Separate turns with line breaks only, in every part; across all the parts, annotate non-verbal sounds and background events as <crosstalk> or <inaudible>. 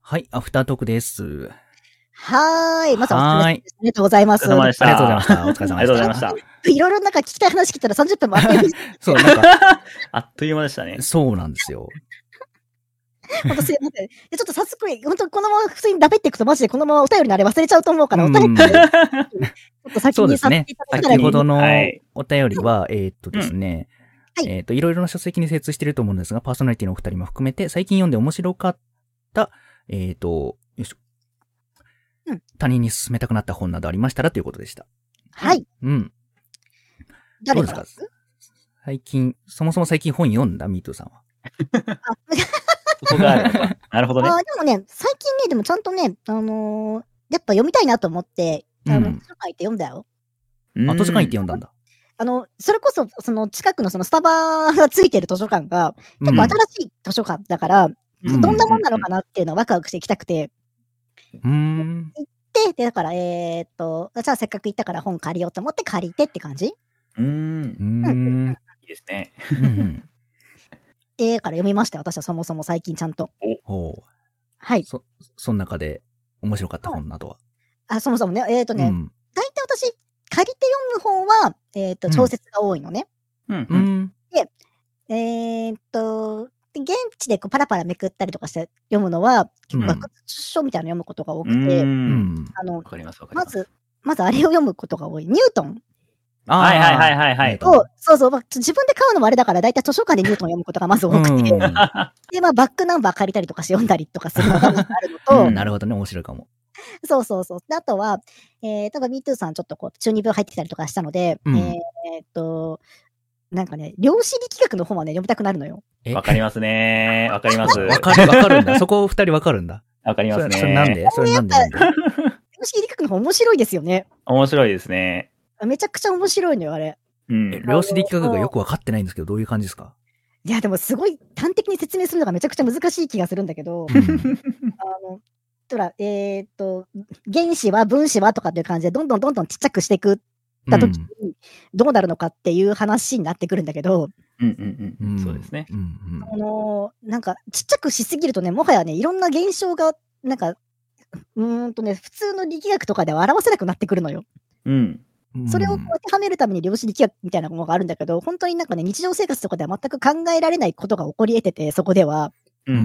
はい、アフタートークです。
はーい。まずはお
はー
疲れ様
い
です。ありがとうございます。
お疲れ様でし
ありがとうございました。お疲れ
あ
様
り
で
がとうご
し
ざいました。
いろいろなんか聞きたい話聞いたら30分もあってる。
<laughs> た。そう、なんか、
あっという間でしたね。
そうなんですよ。
ほんとすいません。でちょっと早速、本当このまま普通にダペっていくとマジでこのままお便 <laughs> りのあれ忘れちゃうと思うから、お便
う
り
ん
ちょっと先
そうで
に
す
させ
ね
てい。ただきた
先
い
ほどの
はい
お便りは、えーっとですね、
うんはい
えーっと、いろいろな書籍に精通していると思うんですが、パーソナリティのお二人も含めて、最近読んで面白かった、えーっと、よいしょ
うん。
他人に勧めたくなった本などありましたらということでした。
はい。
うん。
誰か
どう
ら
ですか最近、そもそも最近本読んだミートさんは。
そこがあるのか。なるほどね
あ。ーでもね、最近ね、でもちゃんとね、あのーやっぱ読みたいなと思って、あ
う
の、
ん
図書館行って読んだよ。
うん
あ、図書館行って読んだんだ。
あの、それこそ、その近くのそのスタバがついてる図書館が、
う
結
ん
構新しい図書館だから、
うん
どんなもんなのかなっていうのをワクワクして行きたくて、
うーん。
で、で、だから、えーっと、じゃあせっかく行ったから本借りようと思って借りてって感じ
うん
う。ーん。
いいですね。
うんうん
で、から読みましたよ私はそもそも最近ちゃんと。
ほう。
はい。
そ、その中で面白かった本などは。
あ、そもそもね、えーっとね、
うん。
大体私、借りて読む本は、えーっと、
うん
小説が多いのね。
うん
う。ん。
えーっと、で現地でこうパラパラめくったりとかして読むのは、
うん
学術書みたいなの読むことが多
う。
くて、
うんん。
あの
わ、かります、わかり
ま
ます。
ず、まずあれを読むことが多い。ニュートン
あー
はいはいはいはいはい
えっと
を、そうそう、まあちょ自分で買うのもあれだから、大体図書館でニュートンを読むことがまず多くて、で、まあ、バックナンバー借りたりとかして読んだりとかするのがまずあるのと、
<laughs> うん。なるほどね、面白いかも。
そうそうそう。であとは、えー、ただ MeToo さんちょっとこう、中二病入ってきたりとかしたので、
うん
えーっと、なんかね、量子力学の本はね、読みたくなるのよ。
え
わかりますね。わかります。
わかる、わかるんだ。そこ二人わかるんだ。
わかりま
そ
す
れそれなん
ね。
でそれなんでなんで
量子力学の本面白いですよね。
面白いですね。
めちゃくちゃ面白いのよ、あれ。
うん。
量子力学がよくわかってないんですけど、どういう感じですか
いや、でもすごい端的に説明するのがめちゃくちゃ難しい気がするんだけど、
うん
あの、ほら、えーっと、原子は分子はとかっていう感じで、どんどんどんどんちっちゃくしていくった時に、どうなるのかっていう話になってくるんだけど、
うんうん
う
うんん。そうですね。
うんうん
あのーなんかちっちゃくしすぎるとねもはやねいろんな現象がなんかうーんとね普通の力学とかでは表せなくなってくるのよ。
うん。
うん
それをこう当てはめるために量子力学みたいなものがあるんだけど本当になんかね日常生活とかでは全く考えられないことが起こり得ててそこでは、
うんうん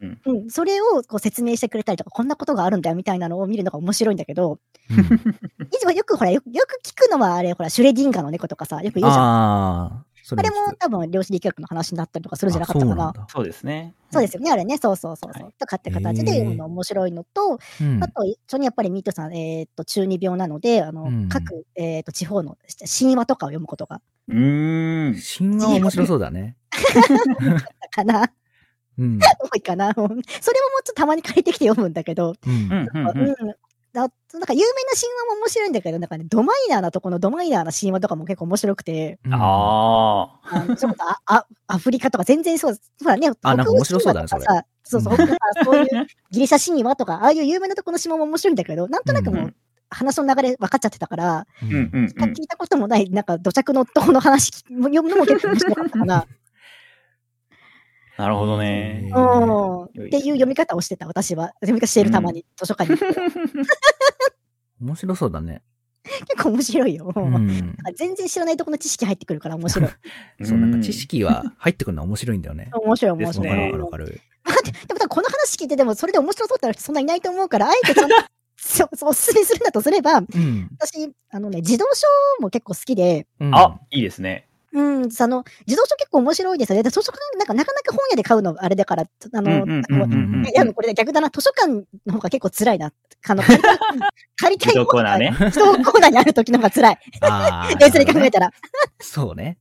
うんうん。
うん、それをこう説明してくれたりとかこんなことがあるんだよみたいなのを見るのが面白いんだけど
うん
いつもよくほらよよく聞くのはあれほらシュレディンガーの猫とかさよく言うじゃん。あ
ああ、それ
れも多分量子力学の話になったりとかするんじゃなかったかな。
あ
そうですね。
そうですよね、あれね、そうそうそうそう。とかって形で読むの面白いの
そ
と、
うなん
あ
だ
と、一緒にやっぱりミートさん、えーっと、中二病なので、あの、
うん
各、えーっと、地方の神話とかを読むことが、
うー
うんん。。神話は面白そうだね。
かな、 <laughs>
うん。
多いかな。 <laughs> それももうちょっとたまに借りてきて読むんだけど、
う。
うんんう
うんん。
うん。
だなんか有名な神話も面白いんだけど、なんかね、ドマイナーなとこのドマイナーな神話とかも結構面白くて、
うん
ああ。
あのそれこそあ <laughs> あアフリカとか全然そう、ほらね、
あなんか
北欧
面白そうだね
神話とかさそうそう、北欧とかそういうギリシャ神話とか、ああいう有名なとこの島も面白いんだけど、なんとなくもう、
うん
話の流れ分かっちゃってたから、
う
うん
ん。
うんうん。
聞いたこともない、なんか土着のとこの話聞く読むのも結構面白かったか
<laughs>
な、
なるほどね。
うん。っ
良い
ていう読み方をしてた、私は。読み方しているたまに、図書
<laughs>
館に行って。
面白そうだね。
結構面白いよ。
うん。
全然知らないとこの知識入ってくるから面白い。
そう、なんか知識は入ってくるのは面白いんだよ
<laughs>
ね。
面白い面
です
わか
白い。
るわ
ね
かるわかる。
待ってでも多分この話聞いてでもそれで面白そうってなる人そんないないと思うから、あえてち
<laughs>
ゃんとそうそうおすすめするんだとすれば、
うん。
私、あのね、自動書も結構好きで、
うん
あ、いいですね。
うん、あの、自動書結構面白いですよね。で図書館、なんかなかなか本屋で買うのあれだから、あの、
うんうん
うんうん
いや、でもこれね逆だな。図書館の方が結構辛いな。あ
<laughs>
の、借りたい借りた
自
い
動コーナーね。
本が。自動コーナーにある時の方が辛い。
あー。
別に考えたら。
そうね。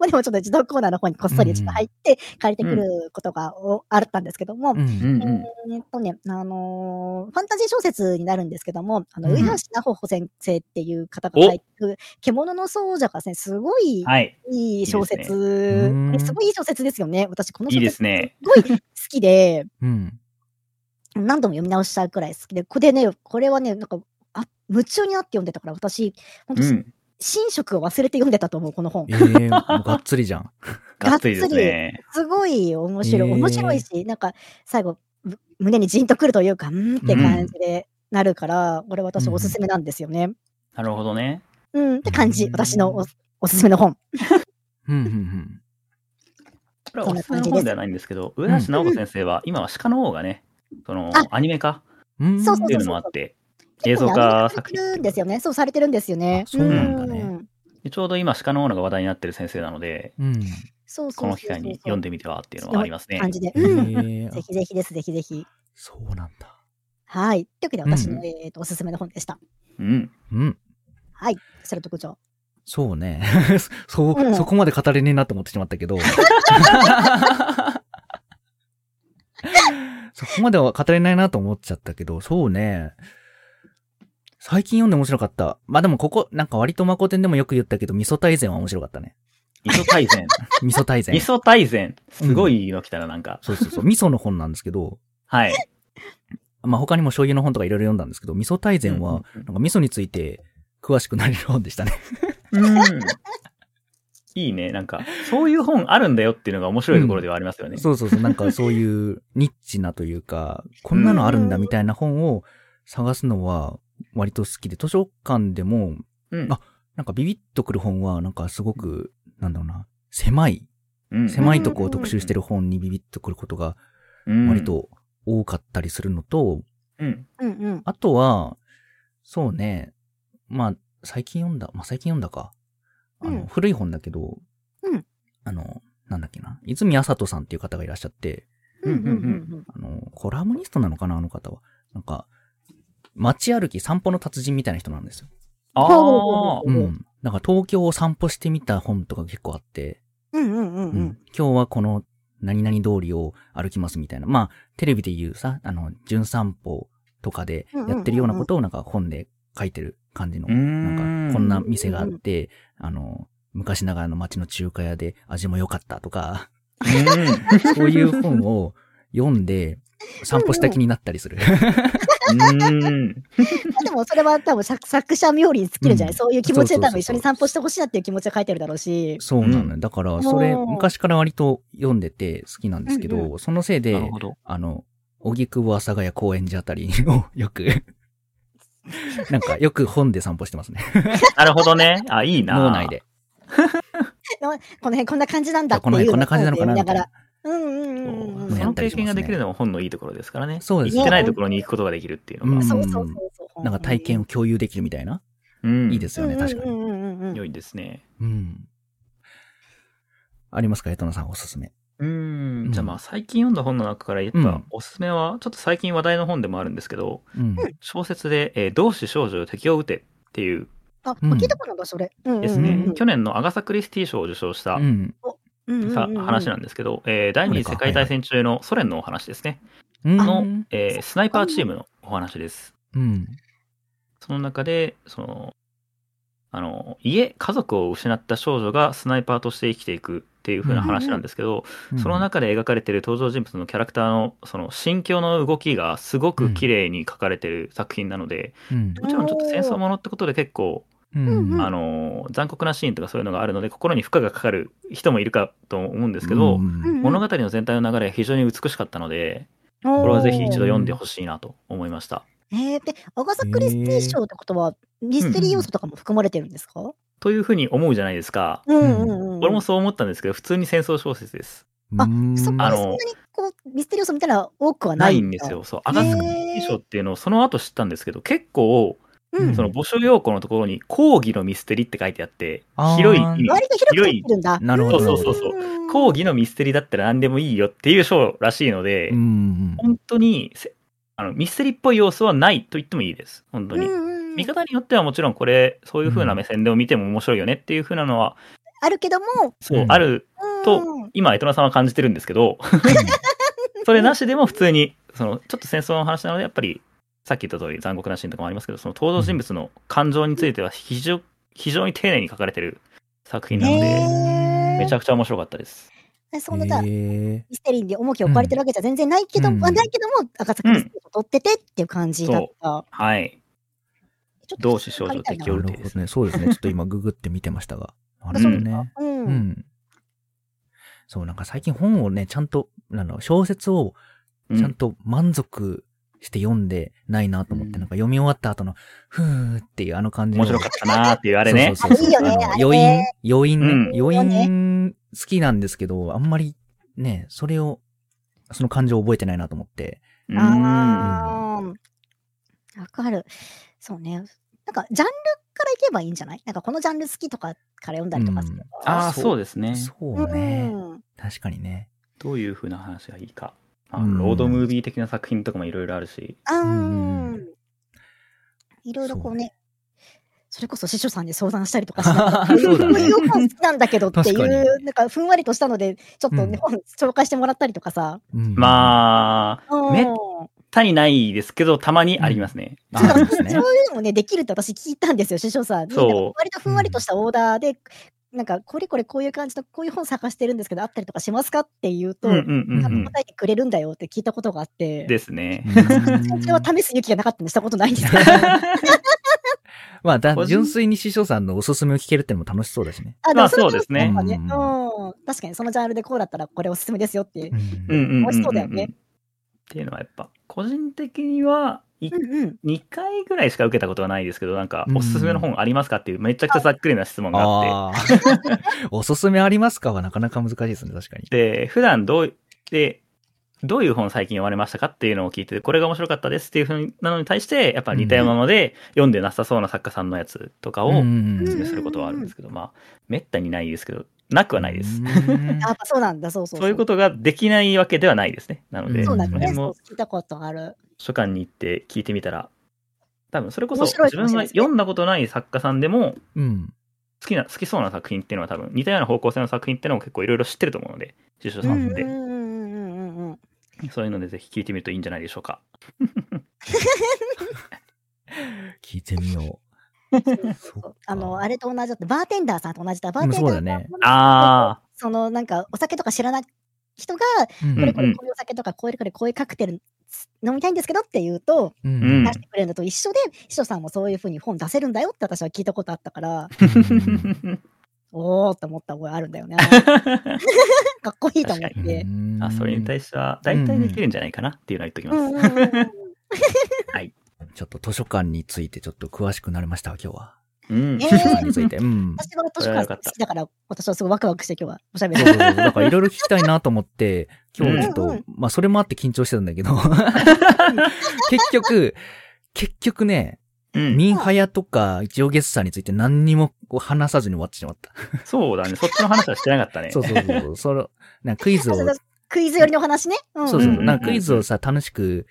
まあでもちょっと自動コーナーの方にこっそりちょっと入って借りてくることがおあったんですけども、
うん。
んうん。
えっとね、あのーファンタジー小説になるんですけども、あの、
うん
上橋なほほ先生っていう方が書いてる、獣の奏者がね、すごい
はい。
いい小説、
すねうん
すごいいい小説ですよね。私、この小
いい
説
ですね。
すごい好きで、
うん。
何度も読み直しちゃうくらい好きで、これね、これはね、なんか、あ夢中になって読んでたから、私、本当、
うん。
寝食を忘れて読んでたと思う、この本。
え <laughs> え、もうがっつりじゃん。
がっつりですね。
すごい面白い、
へー
面白いし、なんか、最後、む胸にじんとくるというか、うんって感じでなるから、これ私
うん
おすすめなんですよね。
なるほどね。
うん、って感じ
う、ん
私のおおすすめの本。
うんうんうん。
これは
そ
お
んな
すすめ
感じです
の本ではないんですけど、上橋直子先生は、今は鹿の王がね、その
あ、
アニメ化
うん
そうそ
っていうのもあって、映像化
さ
作
れてるん
品。
ですよね。そうされてるんですよね。
あそうなんだね
うん
でちょうど今、鹿の王のが話題になってる先生なので、
うん。
そうそうそうそう
この機会に読んでみてはっていうのはありますね。
感じで。うん。
へえ
ぜひぜひです、ぜひぜひ。
そうなんだ。
はい。というわけで、
うん
私の、えーとおすすめの本でした。
うん。
うん。
はい。それ特徴。
そうね。 <laughs> そ
うん
う、そこまで語れねえなと思ってしまったけ
<laughs>
ど。そこまでは語れないなと思っちゃったけど、そうね。最近読んで面白かった。まあでもここ、なんか割とマコテンでもよく言ったけど、味噌大全は面白かったね。
味噌大全。
味噌大 <laughs>
味
全。
噌大全。すごいの来たらなんか。
そうそうそう。味噌の本なんですけど、
はい。
まあ他にも醤油の本とかいろいろ読んだんですけど、味噌大全は、
うん
なんか味噌について詳しくなれる本でしたね。
うん。いいね。なんか、そういう本あるんだよっていうのが面白いところではありますよね。
そうそうそう。なんかそういうニッチなというか、こんなのあるんだみたいな本を探すのは割と好きで、図書館でも、
うん。
あなんかビビッとくる本は、なんかすごく、なんだろうな、狭い、
うん
狭いとこを特集してる本にビビッとくることが割。と多かったりするのと、
うん。
うんうん。
あとは、そうね、まあ、最近読んだ、まあ最近読んだか。あ
うん
の、古い本だけど
うん、
あの、なんだっけな、泉あさとさんっていう方がいらっしゃって、
うんうんうんうん。
あの、コラムニストなのかな、あの方は。なんか、街歩き散歩の達人みたいな人なんですよ。
ああ。
う
うん
ん。なんか東京を散歩してみた本とか結構あって、
うんうんうん
う
うん
ん。今日はこの何々通りを歩きますみたいな。まあ、テレビで言うさ、あの、純散歩とかでやってるようなことをなんか本で書いてる感じの、
うーん
なんかこんな店があって、あの、昔ながらの街の中華屋で味も良かったとか、そういう本を読んで散歩した気になったりする。
うん。うん。
まあでもそれは多分作作者冥利に尽きるんじゃない、
うん
そういう気持ちで多分一
そうそうそうそう
緒に散歩してほしいなっていう気持ちが書いてあるだろうし。
そうなのよ、
う
だから、それ、
おー
昔から割と読んでて好きなんですけど、
うん
そのせい
な
で
る、ほど。
あの、荻窪阿佐ヶ谷公園寺あたりを <laughs> よ
<laughs>
く、なんかよく本で散歩してますね。
なるほどね。あ、いいな。
脳内で。
この辺こんな感じなんだって
この
い
辺
う
こんな感じなのかな
だ
み
か
たい
ら
な。。
うんうん
そうう。
んうん。
ね
その経験ができるのも本のいいところですからね。
そうです
行っ
ね。
てないところに行くことができるっていうのが。
そうそうそうそう。
なんか体験を共有できるみたいな。
うん
いいですよね、確か
う
に。
んうんうんうんうん。
良いですね。
うん。ありますか、江藤さんおすすめ。
うん。じゃあまあ、最近読んだ本の中から、やっ
うん
ぱおすすめは、ちょっと最近話題の本でもあるんですけど、
うん。
小説で、えー同志少女よ敵を撃てっていう
あ、
うん
聞いたことなんだ、それ。うんうんうん
ですね、
うん
去年のアガサ・クリスティ賞を受賞した、
うん。
うんうんうん
さ話なんですけど、えー第二次世界大戦中のソ連のお話ですね、
うん。
の
うん、
えースナイパーチームのお話です。
うん。
その中でそのあの家家族を失った少女がスナイパーとして生きていくっていう風な話なんですけど、その中で描かれている登場人物のキャラクターのその心境の動きがすごく綺麗に描かれている作品なので、
うん、
もちろんちょっと戦争ものってことで結構
うん。
うん
あの残酷なシーンとかそういうのがあるので心に負荷がかかる人もいるかと思うんですけど、
うん
うん
物語の全体の流れが非常に美しかったので
こ
これはぜひ一度読んでほしいなと思いました。
えー、で、アガサ・クリスティ賞ってことは、ミステリー要素とかも含まれてるんですか
というふうに思うじゃないですか。
うんうんうん。
俺もそう思ったんですけど普通に戦争小説です。
あ
うん
そこま
あ
でそんな
の
にこうミステリー要素みたいなのは多くはな
ないいんです。よ。そう
へー
アガサ・クリスティ賞っていうのをその後知ったんですけど結構
うん、
その募集要項のところに「講義のミステリー」って書いてあって
あー
広い意味
割と広く取ってるんだ。
なるほど。
そうそうそうそう講義のミステリーだったら何でもいいよっていう賞らしいので、
うんう
<laughs>
ん。
本当にせあのミステリーっぽい要素はないと言ってもいいです本当
うん
に、
うん
見方によってはもちろんこれそういう風な目線でも見ても面白いよねっていう風なのは、
あるけども、
そう、
うん
ある
うん
と今エトナさんは感じてるんですけどそれなしでも普通にそのちょっと戦争の話なのでやっぱりさっき言った通り残酷なシーンとかもありますけどその登場人物の感情については非常非常に丁寧に書かれてる作品なので、
へー
めちゃくちゃ面白かったです。
そんなさ、
へー
ミステリーに重きを置かれてるわけじゃ全然ないけど、
うん
まあないけども、赤坂ミステリーを取っててっていう感じだった。
はい。
ちょっと
同志少女的
な
を
る
撃
ほ
て
ど
ですね。
ね。そうですね。ちょっと今ググって見てましたが。なるほどね。
う。
うんん。そう、なんか最近本をね、ちゃんと、あの、小説を
うん
ちゃんと満足して読んでないなと思って、
うん
なんか読み終わった後の、ふーっていうあの感じの。
面白かったなーっていうあれね。
そうそうそう
あいいよね
あの
あれ
余韻
ね、
余韻ね、
うん
余韻
そう
好きなんですけど、あんまりね、それを、その感情を覚えてないなと思って。
うん
ああ、わかる。そうね。なんか、ジャンルからいけばいいんじゃないなんか、このジャンル好きとかから読んだりとかすると。
あー、そうですね。
そうね。
うん
確かにね。
どういう風な話がいいか。まあ
うん
ロードムービー的な作品とかもいろいろあるし。
あ
ん
ーいろいろこう
そ
ね、それこそ師匠さんに相談したりとか
<laughs>
し
そ
ながら
うだ
こうい
ね
う。本好きなんだけどってい
確か
う、なんかふんわりとしたので、ちょっとね、
うん
本紹介してもらったりとか
あ、
さ。
まあ、
うん
め他にないですけど、たまにありますね。
ありますね
そう。いうのもね、できるって私聞いたんですよ、師匠さんに。
そう
なんか割とふんわりとしたオーダーで、なんか、これこれこういう感じの、こういう本探してるんですけど、あったりとかしますかって言うと、
<laughs> うんうんうんう
あの
ん
答えてくれるんだよって聞いたことがあって。
ですね。
それは試す勇気がなかったんでしたことないんです
<laughs>
けど。
まあ、だ
個人
純粋に師匠さんのおすすめを聞けるってのも楽しそうだしね。
あ
まあ
れは
そうですね
なんか
う
うん。確かにそのジャンルでこうだったらこれおすすめですよって。
<laughs> うんうんうんんん
美味しそうだよね
っていうのはやっぱ、個人的には、い
うんうん。
2回ぐらいしか受けたことがないですけど、なんか
う、ん
おすすめの本ありますかっていう、めちゃくちゃざっくりな質問があ
ああ。
っ
おすすめありますかはなかなか難しいですね、確かに。
て、で、普段どう、で、どういう本最近読まれましたかっていうのを聞いて、これが面白かったですっていうふうなのに対して、やっぱ似たようなので、読んでなさそうな作家さんのやつとかを
う
お
ん
すすめすることはあるんですけど、まあ、めったにないですけど、なくはないです。
うん
あ、そうなんだ、そうそう
そういうことができないわけではないですね。なので、
と
そうなん
こ
だ
の
ね。
辺
そう
も
聞いたことある。
書館に行って聞いてみたら、多分それこそ
面白い
自
かもしれ
分
な
が
いですね
読んだことない作家さんでも
うん。
好きな、好きそうな作品っていうのは多分似たような方向性の作品っていうのも結構いろいろ知ってると思うので、受賞
う
さん
ん
っ
うん
て、
うんうんうんうん。
そういうのでぜひ聞いてみるといいんじゃないでしょうか。
聞いてみよう。そっか
あの、あれと同じだった。バーテンダーさんと同じだ。バーテン
うん
ダー
そ
さ
うんだ
も
ね
あ
そのなんかお酒とか知らない人が、
うん
これこ
う
れ
ん
こういうお酒とか、これこれこういうカクテル飲みたいんですけどって言うと、
う
うん
ん
出してくれるのと一緒で、秘書さんもそういうふうに本出せるんだよって私は聞いたことあったから、おーと思った覚えあるんだよね。かっこいいと思っ
う
て。
ん
<laughs> あ、それに対しては大体できるんじゃないかなっていうのは言っとき
う
ます。
んうんうんうん
ちょっと図書館についてちょっと詳しくなりましたわ、今日は。
うん
図
え
書
ー
館について。うん。
私は図書館好きだから、私はすごいワクワクして今日はおしゃべ
そ
り
うそう
<laughs>
そう。だからいろいろ聞きたいなと思
<laughs>
って、今日ちょっ
うんうん
と、まあそれもあって緊張してたんだけど、結局、結局ね、
うん
ミンハヤとか一応ゲッサーについて何にもこう話さずに終わってしまった。
そうだね。そっちの話はしてなかったね。
そうそうそうそう。そのなんかク
<laughs>
イズを、そう
クイズ寄りの話ね。うん
そう
う
そ
ん
う。なんかクイズをさ、楽しく、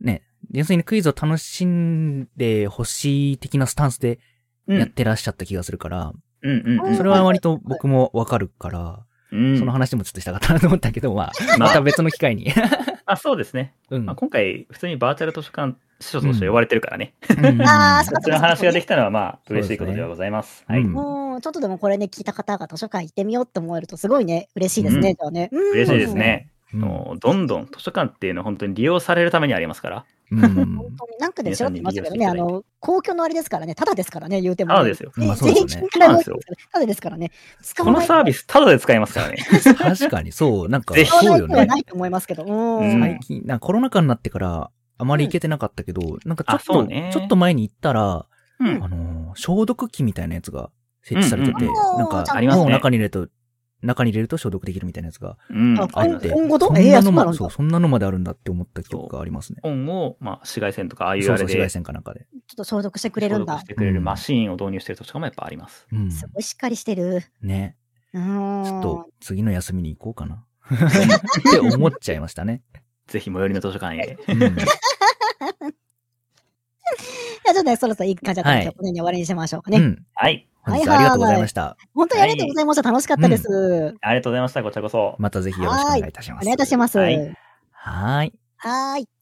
ね、要するにクイズを楽しんでほしい的なスタンスで
うん
やってらっしゃった気がするから、
うんうんうん
それは割と僕もわかるから、
うん
その話もちょっとしたかったなと思ったけど、まあ、
まあ
また別の機会に。 <laughs>
あ、そうですね。
うん
まあ、。今回、普通にバーチャル図書館師匠として呼ばれてるからね。
あー
そ
そっ
っちの話ができたの
<laughs>
は、まあ、嬉しいことではございます。はい。
うん
うんちょっとでもこれね、聞いた方が図書館行ってみようって思えるとすごいね、嬉しいですね、
うん
じゃあね。
嬉しいです
うん
ね。
うん
もうどんどん図書館っていうのは本当に利用されるためにありますから。
うん
本当に、なんかで調べてましたけどね、
皆さ
あ
んに利用していただ
の、公共のあれですからね、ただですからね、言うても、
ただですよ。
まあそう
税
ですね
金からも
そうなんです
ただですからね。使
こ
わ
の
ない
サービス、ただで使えますからね。
<laughs> 確かに、そう、なんか
ぜ、ひ
使わな
そ
いう
よ
人は
ね
な。いと思いますけど。う
うん
ん。
最近、なんかコロナ禍になってから、あまり行けてなかったけど、なんかちょっ
あそ
と、
うね
ちょっと前に行ったら、
う
あ
ん。
のー消毒器みたいなやつが設置されてて、
うん
うんうん
なんか
おーちゃん、と
ありますね
本を中に入れると、中に入れると消毒できるみたいなやつが
うん
あ
あって、
今後ど
そん
えー
なの
そうな
ま
の
そう、そんなのまであるんだって思った記憶がありますね。
本を、まあ、紫外線とか、ああいう
そ
あ
うそ
れ
う、
で
紫外線かなんかで。
ちょっと消毒してくれる
消
ん
毒
だ
し。てくれるマシーンを導入してる図書館もやっぱあります。
うん。
すごいしっかりしてる。
ね。
う
ち
ん。
ょっと、次の休みに行こうかな。 <laughs> って思っちゃいましたね。
ぜひ、最寄りの図書館へ。
うん
じゃあちょっとね、そろそろいい感じだった
は
の
い
で、今日この辺に終わりにしましょうか
う
ね。
ん。
はい。
本日はありがとうございました。
本当にありがとうございました。楽しかったです。
ありがとうございました。こちらこそ。
またぜひよろしくお願いいたします。
お願いいたします。は
はいい。
はーい。
はーい。